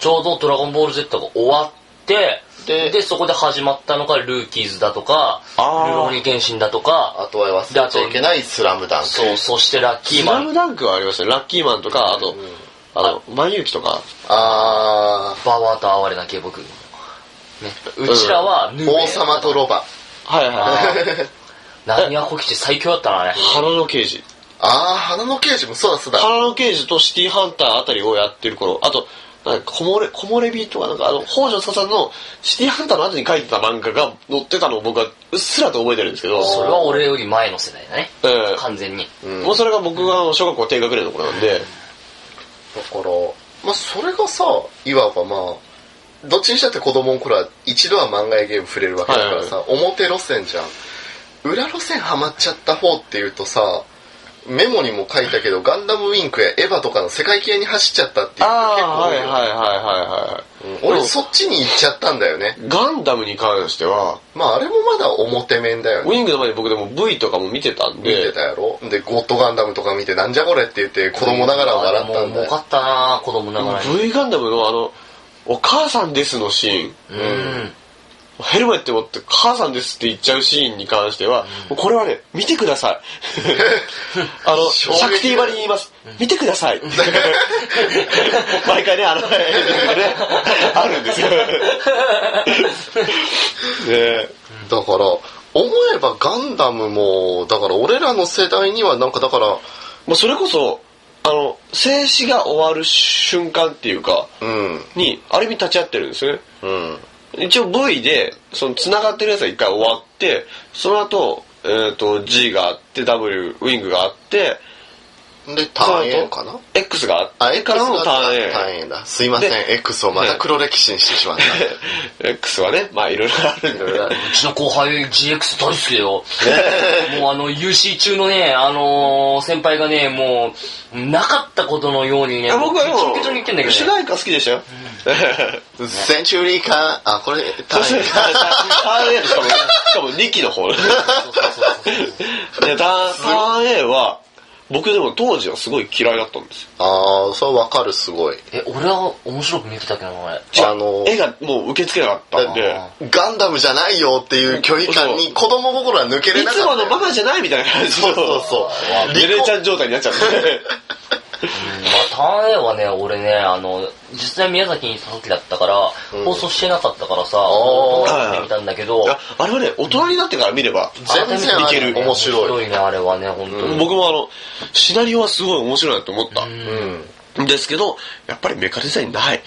Speaker 3: ちょうどドラゴンボール Z が終わって、
Speaker 1: で
Speaker 3: で、そこで始まったのがルーキーズだとか、
Speaker 1: あー
Speaker 3: ルローニケンシンだとか、
Speaker 2: あとは忘れちゃいけないスラムダンク
Speaker 3: そう、そしてラッキ
Speaker 1: ス
Speaker 3: ーマ
Speaker 1: ラ
Speaker 3: ン、
Speaker 1: ムダンクはありましたね。ラッキーマンとか、あと、あの、万有機とか。
Speaker 2: あ
Speaker 3: バワーと哀れな警僕。ね、うちらはヌ
Speaker 2: ー
Speaker 3: ーベ
Speaker 2: 王 様とロバ
Speaker 1: はいはい
Speaker 3: あ
Speaker 1: はい。
Speaker 3: ーナミアコキチ最強だったな、あれ。
Speaker 1: 花の刑事。
Speaker 2: ああ花の刑事もそうだそうだ
Speaker 1: 花の刑事とシティハンターあたりをやってる頃、あと、なんか、こもれ、こもれびとか、なんか、あの、北条さんのシティハンターの後に書いてた漫画が載ってたのを僕はうっすらと覚えてるんですけど、
Speaker 3: それは俺より前の世代だね。
Speaker 1: ええ
Speaker 3: 完全に。
Speaker 1: もうそれが僕があの小学校低学年の頃なんで、
Speaker 2: だから、まあ、それがさ、いわばまあ、どっちにしたって子供の頃は一度は漫画やゲーム触れるわけだからさ、表路線じゃん。裏路線ハマっちゃった方っていうとさ、メモにも書いた けど、ガンダムウィンクやエヴァとかの世界系に走っちゃったっていう人結
Speaker 1: あ
Speaker 2: 構
Speaker 1: あ
Speaker 2: 多
Speaker 1: ー、はい
Speaker 2: いよ
Speaker 1: はい
Speaker 2: ね
Speaker 1: はいはいはい。
Speaker 2: 俺
Speaker 1: でも
Speaker 2: そっちに行っちゃったんだよね。
Speaker 1: ガンダムに関しては、
Speaker 2: まああれもまだ表面だよ
Speaker 1: ウ
Speaker 2: ね。
Speaker 1: ィングの前に僕でも V とかも見てたん
Speaker 2: 見て
Speaker 1: で、
Speaker 2: たやろで、ゴッドガンダムとか見て、なんじゃこれって言って子供ながら笑ったん
Speaker 3: も
Speaker 2: だ
Speaker 3: うか
Speaker 2: よ。
Speaker 3: ったな子供ながらに。
Speaker 1: V ガンダムのあの、お母さんですのシーン、
Speaker 3: うん。
Speaker 1: ヘルメット持って母さんですって言っちゃうシーンに関しては、もうこれはね、見てくださ い。あの、シ
Speaker 2: 衝撃
Speaker 1: ャクティバリに言います。見てくださ い。毎回ね、あの、ね、あるん ですよ。ねえ
Speaker 2: だから、思えばガンダムも、だから俺らの世代にはなんかだから、
Speaker 1: もうそれこそ、あの、静止が終わる瞬間っていうか、
Speaker 2: うん、
Speaker 1: に、ある意味立ち会ってるんですよね。
Speaker 2: うん。
Speaker 1: 一応 V で、その繋がってるやつは一回終わって、その後、えっ、と、G があって、W、ウィングがあって、
Speaker 2: で、ターンエンかな
Speaker 1: X があって、
Speaker 2: あ、
Speaker 1: からのターン A。
Speaker 2: ターン A だ。すいません、X をまた黒歴史にしてしまっ た。
Speaker 1: X はね、まあいろいろあるんだけど。
Speaker 3: うちの後輩 GX 大好きだよ。もうあの UC 中のね、あのー先輩がね、もう、なかったことのようにね、
Speaker 1: あ僕はで
Speaker 3: もうケチョンケチョンに言ってんだ
Speaker 1: も、
Speaker 3: け
Speaker 1: 主
Speaker 3: どね。
Speaker 1: 題歌好きでしたよ。
Speaker 2: センチュリーか、あ、これ、タ
Speaker 1: そ
Speaker 2: ー
Speaker 1: し
Speaker 2: ン
Speaker 1: て、
Speaker 2: エ
Speaker 1: ターン A のしかも、しかも2期の 方ね。
Speaker 3: そうそうそうそう
Speaker 1: で、ターンターン A は、僕でも当時はすごい嫌いだったんですよ。
Speaker 2: ああ、それわかる、すごい。
Speaker 3: え、俺は面白く見てたけどな、俺。
Speaker 2: あの、
Speaker 1: 絵がもう受け付けなかったんで、
Speaker 3: あ
Speaker 2: ガンダムじゃないよっていう距離感に子供心は抜けれ
Speaker 1: い
Speaker 2: なかった
Speaker 1: つも
Speaker 2: よ。
Speaker 1: のママじゃないみたいな感じ。
Speaker 2: そうそうそう
Speaker 1: レレちゃん状態になっちゃって。
Speaker 3: まあ、ターン A はね、俺ね、あの、実際宮崎にいた時だったから、
Speaker 2: うん
Speaker 3: 放送してなかったからさ、
Speaker 2: お
Speaker 1: ー
Speaker 3: 見てみたんだけど、
Speaker 1: ああれはね、大人になってから見れば、
Speaker 2: 全然あ
Speaker 1: いける
Speaker 2: れ面白い。
Speaker 3: ね、あれはね、本当に。
Speaker 1: 僕もあの、シナリオはすごい面白いなと思った。
Speaker 3: う
Speaker 2: うんん。
Speaker 1: んですけど、やっぱりメカデザインない。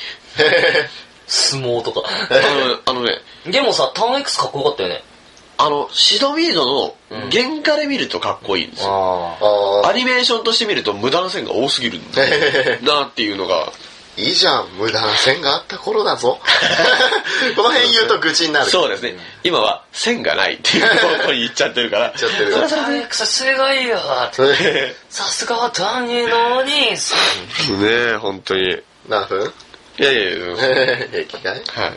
Speaker 3: 相撲とか。
Speaker 1: あのあのね、
Speaker 3: でもさ、ターン X かっこよかったよね。
Speaker 1: あの、シドミードの原画で見るとかっこいいんですよ。
Speaker 3: ああ。
Speaker 2: あ あ、
Speaker 1: アニメーションとして見ると無駄な線が多すぎるんだ なっていうのが。
Speaker 2: いいじゃん、無駄な線があった頃だ ぞ。この辺言うと愚痴になる。
Speaker 1: そうですね。今は線がないっていう方向に行っちゃってるから。
Speaker 2: 言っちゃってる
Speaker 1: そ
Speaker 2: よ
Speaker 1: れ
Speaker 3: ターン X すごいよって。さすがはターン A のお兄さん。
Speaker 1: ねえ、本当に。い
Speaker 2: 何分
Speaker 1: やいやいや。
Speaker 2: 平気
Speaker 1: は
Speaker 2: かいだから、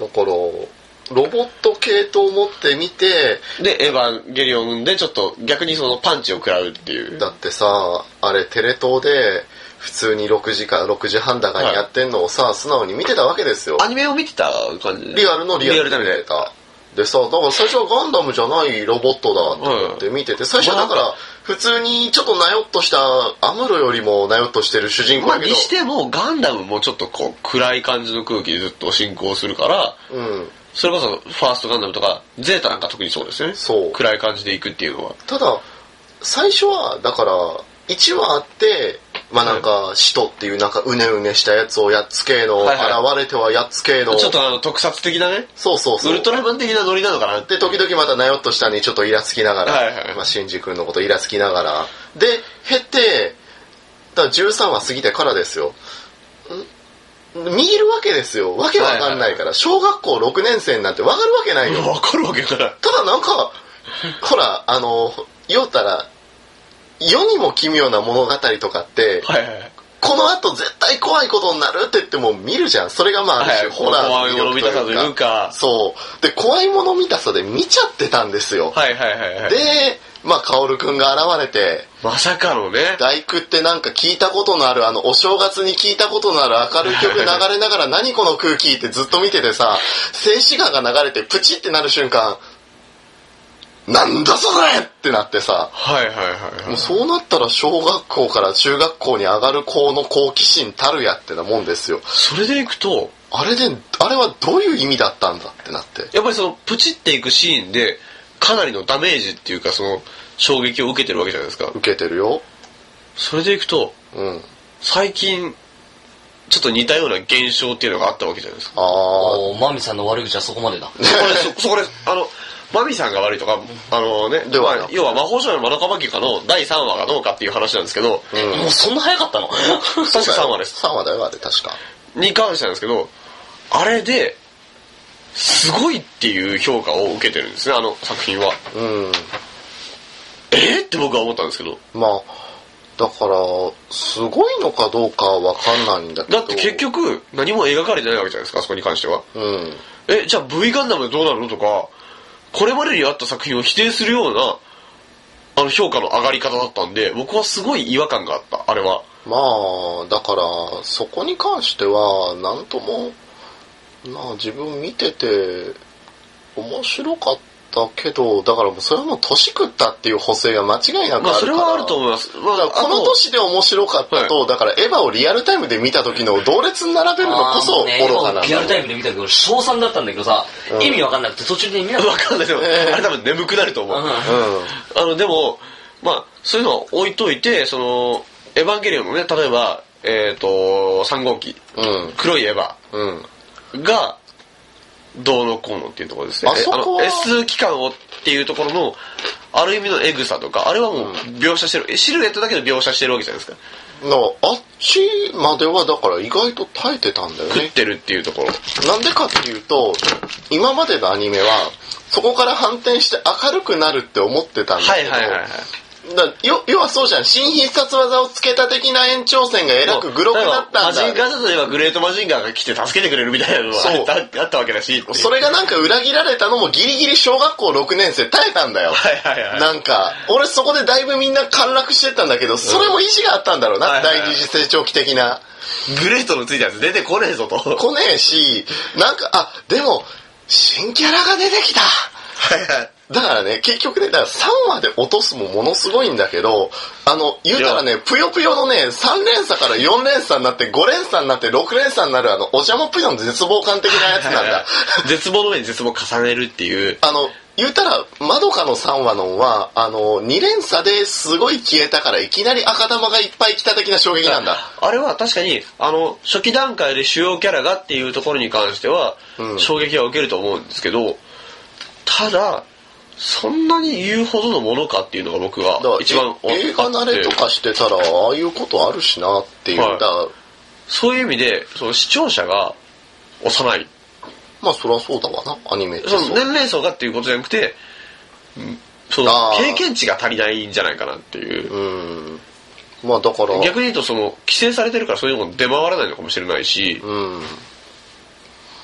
Speaker 2: ロボット系統を持ってみて、
Speaker 1: い。で、エヴァンゲリオンでちょっと逆にそのパンチを食らうっていう。
Speaker 2: だってさ、あれテレ東で普通に6時か6時半だかにやってんのをさ、素直に見てたわけですよ。
Speaker 1: アニメを見てた感じ
Speaker 2: リアルのリアル
Speaker 1: タイムで
Speaker 2: 見てた。でさ、だから最初はガンダムじゃないロボットだと思って見てて、最初はだか
Speaker 1: まあ
Speaker 2: ら普通にちょっとなよっとした、アムロよりもなよっとしてる主人公
Speaker 1: まあ、
Speaker 2: だけ
Speaker 1: に
Speaker 2: ど、
Speaker 1: しても、ガンダムもちょっとこう、暗い感じの空気でずっと進行するから、
Speaker 2: うん。
Speaker 1: それこそ、ファーストガンダムとか、ゼータなんか特にそうですよね。
Speaker 2: そう
Speaker 1: 暗い感じでいくっていうのは。
Speaker 2: ただ、最初は、だから、1話あって、まあなんか、使徒っていうなんかうねうねしたやつをやっつけーの、
Speaker 1: はいは
Speaker 2: 現れてはやっつけーの、
Speaker 1: ちょっとあの、特撮的なね、
Speaker 2: そうそう
Speaker 1: ウ
Speaker 2: そう。
Speaker 1: ルトラマン的なノリなのかなって。
Speaker 2: で、時々またなよっとしたにちょっとイラつきながら、
Speaker 1: はいはい
Speaker 2: まあ、シンジ君のことイラつきながら、で、減って、だから13話過ぎてからですよ。ん見えるわけですよ。わけわかんないから、小学校6年生になんてわかるわけないよ。
Speaker 1: わかるわけがない。
Speaker 2: ただなんか、ほら、あの、言おうたら、世にも奇妙な物語とかって、
Speaker 1: はいはいはい。
Speaker 2: この後絶対怖いことになるって言っても見るじゃん。それがまあ、ある種ホラーの
Speaker 1: 怖い
Speaker 2: 魅
Speaker 1: もの
Speaker 2: 力
Speaker 1: 見たさ
Speaker 2: と
Speaker 1: と
Speaker 2: い
Speaker 1: いうう
Speaker 2: か。
Speaker 1: か。
Speaker 2: そう。で、怖いもの見たさで見ちゃってたんですよ。
Speaker 1: はいはいはいはい。
Speaker 2: で、まあ、カオルくんが現れて、
Speaker 1: まさかのね。
Speaker 2: 大工ってなんか聞いたことのある、あの、お正月に聞いたことのある明るい曲流れながら何この空気ってずっと見ててさ、静止画が流れてプチってなる瞬間、なんだそれってなってさ、
Speaker 1: はいはいはい
Speaker 2: も
Speaker 1: は
Speaker 2: うそうなったら小学校から中学校に上がる子の好奇心たるやってなもんですよ。
Speaker 1: い。それでいくと、
Speaker 2: あれで、あれはどういう意味だったんだってなって。
Speaker 1: やっぱりその、プチっていくシーンで、かなりのダメージっていうか、その、衝撃を受けてるわけじゃないですか。
Speaker 2: 受けてるよ。
Speaker 1: それでいくと、
Speaker 2: うん。
Speaker 1: 最近、ちょっと似たような現象っていうのがあったわけじゃない ですか。
Speaker 2: ああ。
Speaker 3: おーマミさんの悪口はそこまでだ。
Speaker 1: そこで、そそこで、あの、マミさんが悪いとか、あのね、
Speaker 2: では
Speaker 1: まあ要は魔法少女のマカマキカの第3話がどうかっていう話なんですけど、
Speaker 3: もうそんな早かったの
Speaker 1: 確か3話です。
Speaker 2: 3話だよ、あれ確か。
Speaker 1: に関してなんですけど、あれで、すごいっていう評価を受けてるんですね、あの作品は。
Speaker 2: うん。
Speaker 1: えーって僕は思ったんですけど。
Speaker 2: まあ、だから、すごいのかどうかはわかんないんだけど。
Speaker 1: だって結。局、何も描かれてないわけじゃないですか、あそこに関しては。
Speaker 2: うん。
Speaker 1: え、じゃあ V ガンダムでどうなるのとか、これまでにあった作品を否定するような、あの評価の上がり方だったんで、僕はすごい違和感があった、あれは。
Speaker 2: まあ、だから、そこに関しては、なんとも、まあ自分見てて、面白かったけど、だからもうそれはもう年食ったっていう補正が間違いなくあるから。
Speaker 1: まあそれはあると思います。まあ、
Speaker 2: だからこの年で面白かったと、だからエヴァをリアルタイムで見た時の同列に並べるのこそ
Speaker 3: あーもうね
Speaker 2: 愚かな。
Speaker 3: リアルタイムで見たけど、賞賛だったんだけどさ、
Speaker 2: うん
Speaker 3: 意味わかんなくて途中で見な
Speaker 1: あ
Speaker 3: か
Speaker 1: と
Speaker 3: っ
Speaker 1: わかんないでも、あれ多分眠くなると思う。
Speaker 3: うん
Speaker 1: あの、でも、まあ、そういうのは置いといて、その、エヴァンゲリオンのね、例えば、えっ、と、3号機、
Speaker 2: うん。
Speaker 1: 黒いエヴァ
Speaker 2: うん。うん。
Speaker 1: が、どうのこうのっていうところですね。
Speaker 2: あそこは
Speaker 1: えあの S 機関をっていうところの、ある意味のエグさとか、あれはもう描写してる、シルエットだけで描写してるわけじゃないですか。
Speaker 2: なあっちまではだから意外と耐えてたんだよ
Speaker 1: 食っ
Speaker 2: ね。
Speaker 1: てるっていうところ。
Speaker 2: なんでかっていうと、今までのアニメは、そこから反転して明るくなるって思ってたんだ
Speaker 1: は
Speaker 2: け
Speaker 1: い
Speaker 2: ど、
Speaker 1: はいはいはい。
Speaker 2: だよ要はそうじゃん。新必殺技をつけた的な延長戦がえらくグロくなったん
Speaker 1: マジン
Speaker 2: だ。
Speaker 1: ガーだといえばグレートマジンガーが来て助けてくれるみたいなの
Speaker 2: そう
Speaker 1: があったあったわけだしっていう。
Speaker 2: それがなんか裏切られたのもギリギリ小学校6年生耐えたんだよ。
Speaker 1: はいはいはい。
Speaker 2: なんか、俺そこでだいぶみんな陥落してったんだけど、それも意志があったんだろう
Speaker 1: は
Speaker 2: な、
Speaker 1: いはい
Speaker 2: 第
Speaker 1: はい
Speaker 2: 二次成長期的な。
Speaker 1: グレートのついたやつ出てこねえ ぞと。は
Speaker 2: 来ねえし、なんか、あ、でも、新キャラが出てきた
Speaker 1: いはい。
Speaker 2: だからね、結局ね、だから3話で落とすもものすごいんだけど、あの、言うたらね、ぷよぷよのね、3連鎖から4連鎖になって、5連鎖になって、6連鎖になる、あの、お邪魔ぷよの絶望感的なやつなんだ。
Speaker 1: 絶望の上に絶望を重ねるっていう。
Speaker 2: あの、言うたら、まどかの3話のは、あの、2連鎖ですごい消えたから、いきなり赤玉がいっぱい来た的な衝撃なんだ。
Speaker 1: あれは確かに、あの、初期段階で主要キャラがっていうところに関しては、
Speaker 2: うん
Speaker 1: 衝撃は受けると思うんですけど、ただ、そんなに言うほどのものかっていうのが僕は
Speaker 2: だから
Speaker 1: 一番
Speaker 2: え映画慣れと
Speaker 1: あって
Speaker 2: かしてたらああいうことあるしなっていう、
Speaker 1: はい
Speaker 2: だから
Speaker 1: そういう意味で、その視聴者が幼い。
Speaker 2: まあそりゃそうだわなアニメって
Speaker 1: その
Speaker 2: そう
Speaker 1: 年齢層がっていうことじゃなくて、うんその
Speaker 2: あー
Speaker 1: 経験値が足りないんじゃないかなっていう。
Speaker 2: うんまあだから
Speaker 1: 逆に言うとその規制されてるからそういうのも出回らないのかもしれないし、
Speaker 2: うん、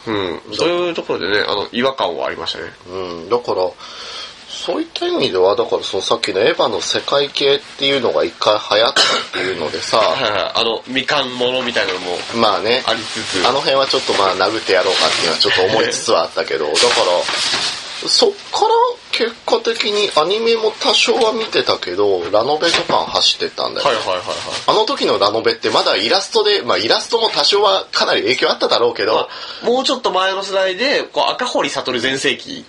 Speaker 1: うん、そういうところでねあの違和感はありましたね
Speaker 2: うん、だからそういった意味ではだからそのさっきのエヴァの世界系っていうのが一回流行ったっていうのでさ
Speaker 1: はいはいあのみかんものみたいなのも
Speaker 2: まあね
Speaker 1: ありつつ
Speaker 2: あの辺はちょっとまあ殴ってやろうかっていうのはちょっと思いつつはあったけど、だから、そっから結果的にアニメも多少は見てたけど、ラノベとか走ってったんだよ。
Speaker 1: はいはいはいはい
Speaker 2: あの時のラノベってまだイラストで、まあイラストも多少はかなり影響あっただろうけど、
Speaker 1: まあもうちょっと前の世代でこう赤堀悟全盛期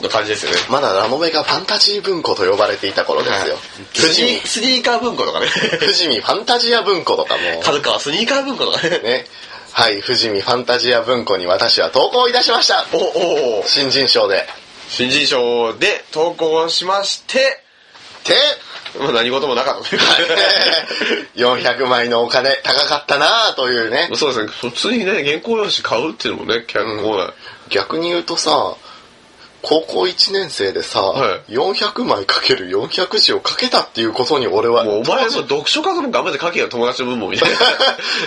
Speaker 1: の感じですよね
Speaker 2: まだラノベがファンタジー文庫と呼ばれていた頃ですよ
Speaker 1: はい。
Speaker 2: 藤見、
Speaker 1: スニーカー文庫とかね
Speaker 2: 藤見ファンタジア文庫とかも、
Speaker 1: 角川スニーカー文庫とかね
Speaker 2: ね。はい、藤見ファンタジア文庫に私は投稿いたしました
Speaker 1: おおお
Speaker 2: 新人賞で。
Speaker 1: 新人賞で投稿しまして、
Speaker 2: で、
Speaker 1: まあ、何事もなかったということで
Speaker 2: 400枚のお金高かったなあというね
Speaker 1: そうですね普通にね原稿用紙買うっていうのもね結構な、
Speaker 2: 逆に言うとさ高校1年生でさ、
Speaker 1: は
Speaker 2: 400枚かける400字をかけたっていうことに俺は
Speaker 1: もうお前も読書家でも頑張って書けよ友達の分もみた いな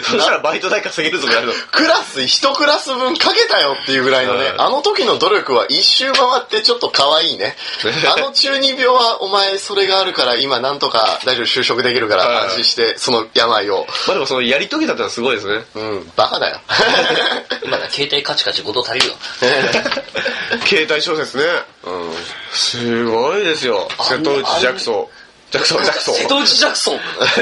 Speaker 1: そしたらバイト代稼げるぞぐらいの
Speaker 2: クラス1クラス分かけたよっていうぐらいのね、
Speaker 1: うん
Speaker 2: あの時の努力は一周回ってちょっと可愛いねあの中二病はお前それがあるから今なんとか大丈夫就職できるから安心してその病を
Speaker 1: まあでもそのやり遂げたってのはすごいです ね
Speaker 2: うんバカだ よ
Speaker 3: た。今だ、携帯カチカチ音足りるよ。
Speaker 1: 携帯小説ね
Speaker 2: うん
Speaker 1: すごいですよ瀬戸内寂荘寂荘寂荘
Speaker 3: 瀬戸内ジャクソン。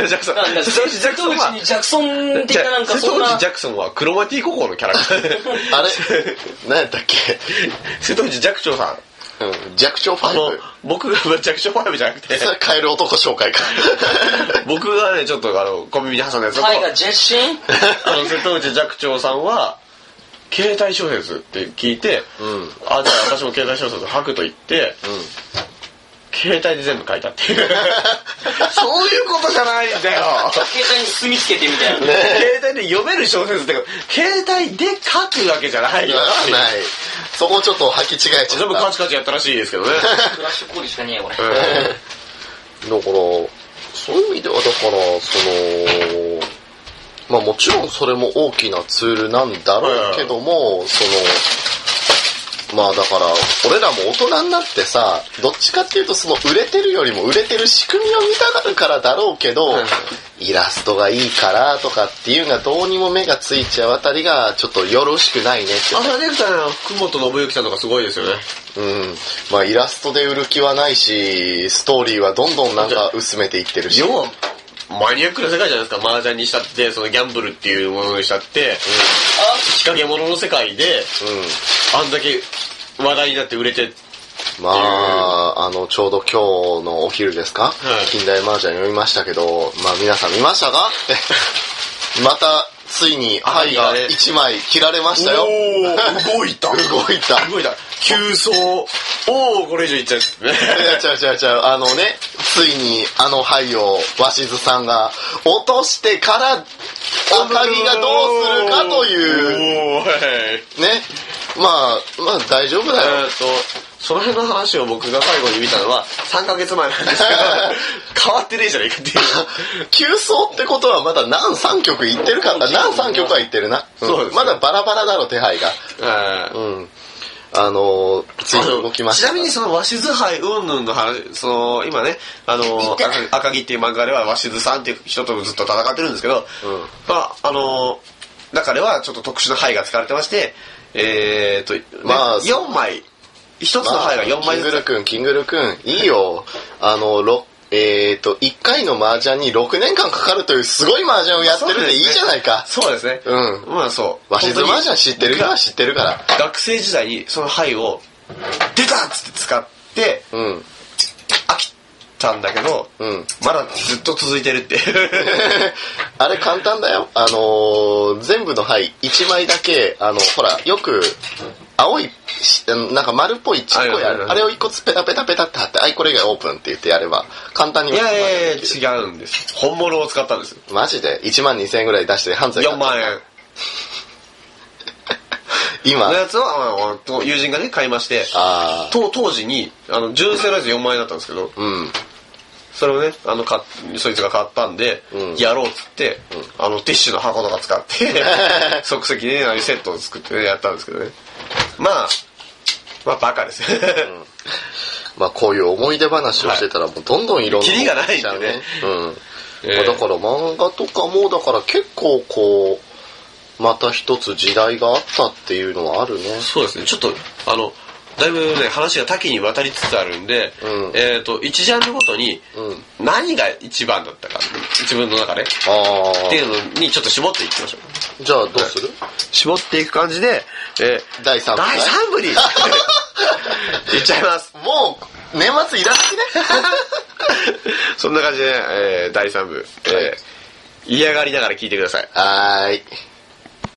Speaker 1: 寂荘
Speaker 3: なんだ
Speaker 1: 瀬戸内
Speaker 3: 瀬
Speaker 1: 寂
Speaker 3: 戸
Speaker 1: 荘
Speaker 3: 内
Speaker 1: は
Speaker 3: にジャクソン的ななんか
Speaker 1: 瀬戸
Speaker 3: そん
Speaker 1: 内
Speaker 3: な
Speaker 1: ジ。ャクソンはクロマティ高校のキャラクタ ー
Speaker 2: あれ何やったっけ
Speaker 1: 瀬戸内寂聴さん
Speaker 2: うん弱聴ファ
Speaker 1: あ
Speaker 2: イ
Speaker 1: の
Speaker 2: ブ
Speaker 1: 僕が寂聴ファイブじゃなくて
Speaker 2: それカエル男紹介か。
Speaker 1: 僕がねちょっとあの小耳に挟んだやつだと
Speaker 3: タイガージェッシン
Speaker 1: あの瀬戸内寂聴さんは携帯小説って聞いて、
Speaker 2: うん
Speaker 1: あじゃあ私も携帯小説吐くと言って、携帯で全部書いたっていうそういうことじゃないんだよ
Speaker 3: 携帯に住みつけてみ たいな。
Speaker 1: 携帯で読める小説って携帯で書くわけじゃ ないよ
Speaker 2: ない。そこをちょっと履き違えちゃ
Speaker 1: 全
Speaker 2: っ
Speaker 1: 部
Speaker 2: た。だか
Speaker 1: カチカチやったらしいですけどね
Speaker 3: クラッシュコールしかねえよ、こ
Speaker 1: う
Speaker 3: れ。
Speaker 1: ん
Speaker 2: ら、そういう意味ではだからそのまあもちろんそれも大きなツールなんだろうけども、そのまあだから俺らも大人になってさどっちかっていうとその売れてるよりも売れてる仕組みを見たがるからだろうけど、
Speaker 3: はい
Speaker 2: イラストがいいからとかっていうのはどうにも目がついちゃうあたりがちょっとよろしくないねって
Speaker 1: 朝ネクタイの福本信之さんとかすごいですよね。
Speaker 2: うん。まあイラストで売る気はないし、ストーリーはどんどんなんか薄めていってるし。
Speaker 1: 要は、マニアックな世界じゃないですか。麻雀にしたって、そのギャンブルっていうものにしたって、仕掛け物の世界で、
Speaker 2: う
Speaker 1: あんだけ話題になって売れて、
Speaker 2: ん。まあ、あの、ちょうど今日のお昼ですか、
Speaker 1: い
Speaker 2: 近代麻雀読みましたけど、まあ皆さん見ましたか って。また、ついに
Speaker 1: 針
Speaker 2: 針
Speaker 1: が
Speaker 2: が
Speaker 1: ね
Speaker 2: 1枚切られましたよ。
Speaker 1: おー動いた
Speaker 2: 動いた。
Speaker 1: すごいだ。急走。おおこれ以上いっちゃう。
Speaker 2: いや、違う違う違う。あのね、ついにあの灰を鷲津さんが落としてから、赤木がどうするかという。
Speaker 1: う。おーはい。
Speaker 2: ね。まあ、まあ大丈夫だよ。
Speaker 1: えーっと、その辺の話を僕が最後に見たのは3ヶ月前なん ですけど、変わってねえじゃねえかっていう。
Speaker 2: 急走ってことはまだ何3曲いってるかな何3曲は言ってるな。ん
Speaker 1: そうです
Speaker 2: まだバラバラだろ、手配が。
Speaker 1: えー
Speaker 2: うん。あのー、つい に動きました。
Speaker 1: ちなみにその鷲津杯うんぬんの話、その今ね、あの、赤赤木っていう漫画では鷲津さんっていう人とずっと戦ってるんですけど、
Speaker 2: うん
Speaker 1: まあ、あの、中ではちょっと特殊な牌が使われてまして、えー、と、ね
Speaker 2: まあ
Speaker 1: 4枚、1つの牌が4枚
Speaker 2: キン
Speaker 1: ず
Speaker 2: グル
Speaker 1: つ。
Speaker 2: 君、キングル君、いいよ。あの、ろえっ、と、1回の麻雀に6年間かかるというすごい麻雀をやってるんでいいじゃないか。
Speaker 1: そうですね。
Speaker 2: うん
Speaker 1: まあそう。
Speaker 2: 鷲津麻雀知ってる人は知ってるから。
Speaker 1: 僕が学生時代にその牌を、出たっつって使って、
Speaker 2: うん。
Speaker 1: 飽きたんだけど、
Speaker 2: うん。
Speaker 1: まだずっと続いてるっていう。
Speaker 2: あれ簡単だよ。あのー全部の牌、1枚だけ、あの、ほら、よく、青いし、なんか丸っぽいちっこい
Speaker 1: あるあるあ
Speaker 2: あれ、
Speaker 1: る
Speaker 2: あれを1個つペタペタペタって貼って、はい、これがオープンって言ってやれば、簡単に
Speaker 1: いやいや
Speaker 2: できる
Speaker 1: いや、違うんです。本物を使ったんです。
Speaker 2: マジで1万2000円ぐらい出して、犯罪
Speaker 1: 4万円。
Speaker 2: 今、
Speaker 1: の
Speaker 2: あ
Speaker 1: やつは、あの友人がね、買いまして、
Speaker 2: あー、
Speaker 1: と当時に、あの、純正のやつ4万円だったんですけど、
Speaker 2: うん。
Speaker 1: それをね、あの、かそいつが買ったんで、
Speaker 2: うん
Speaker 1: やろうっつって、あの、ティッシュの箱とか使 って、即席でね、あのセットを作ってねやったんですけどね。まあ、まあ、バカです。
Speaker 2: まあこういう思い出話をしてたら、もうどんどんいろんな。
Speaker 1: キリがないん
Speaker 2: じゃ
Speaker 1: で
Speaker 2: ん
Speaker 1: ね。
Speaker 2: うん。
Speaker 1: ええ
Speaker 2: まあだから漫画とかも、だから結構こう、また一つ時代があったっていうのはあるね。
Speaker 1: そうですね、ちょっと、あの、だいぶね、話が多岐にわたりつつあるんで、
Speaker 2: うん
Speaker 1: えっ、と、1ジャンルごとに、
Speaker 2: うん。
Speaker 1: 何が一番だったか、自分の中で、
Speaker 2: あ
Speaker 1: っ
Speaker 2: あ
Speaker 1: て。いうのにちょっと絞っていきましょう。
Speaker 2: じゃあどうする、
Speaker 1: 絞っていく感じで、えー
Speaker 2: 第3部。
Speaker 1: 第3部に いっちゃいます。
Speaker 2: もう、年末いらなきね。
Speaker 1: そんな感じで、ねえー第3部、えー嫌がりながら聞いてください。
Speaker 2: はーい。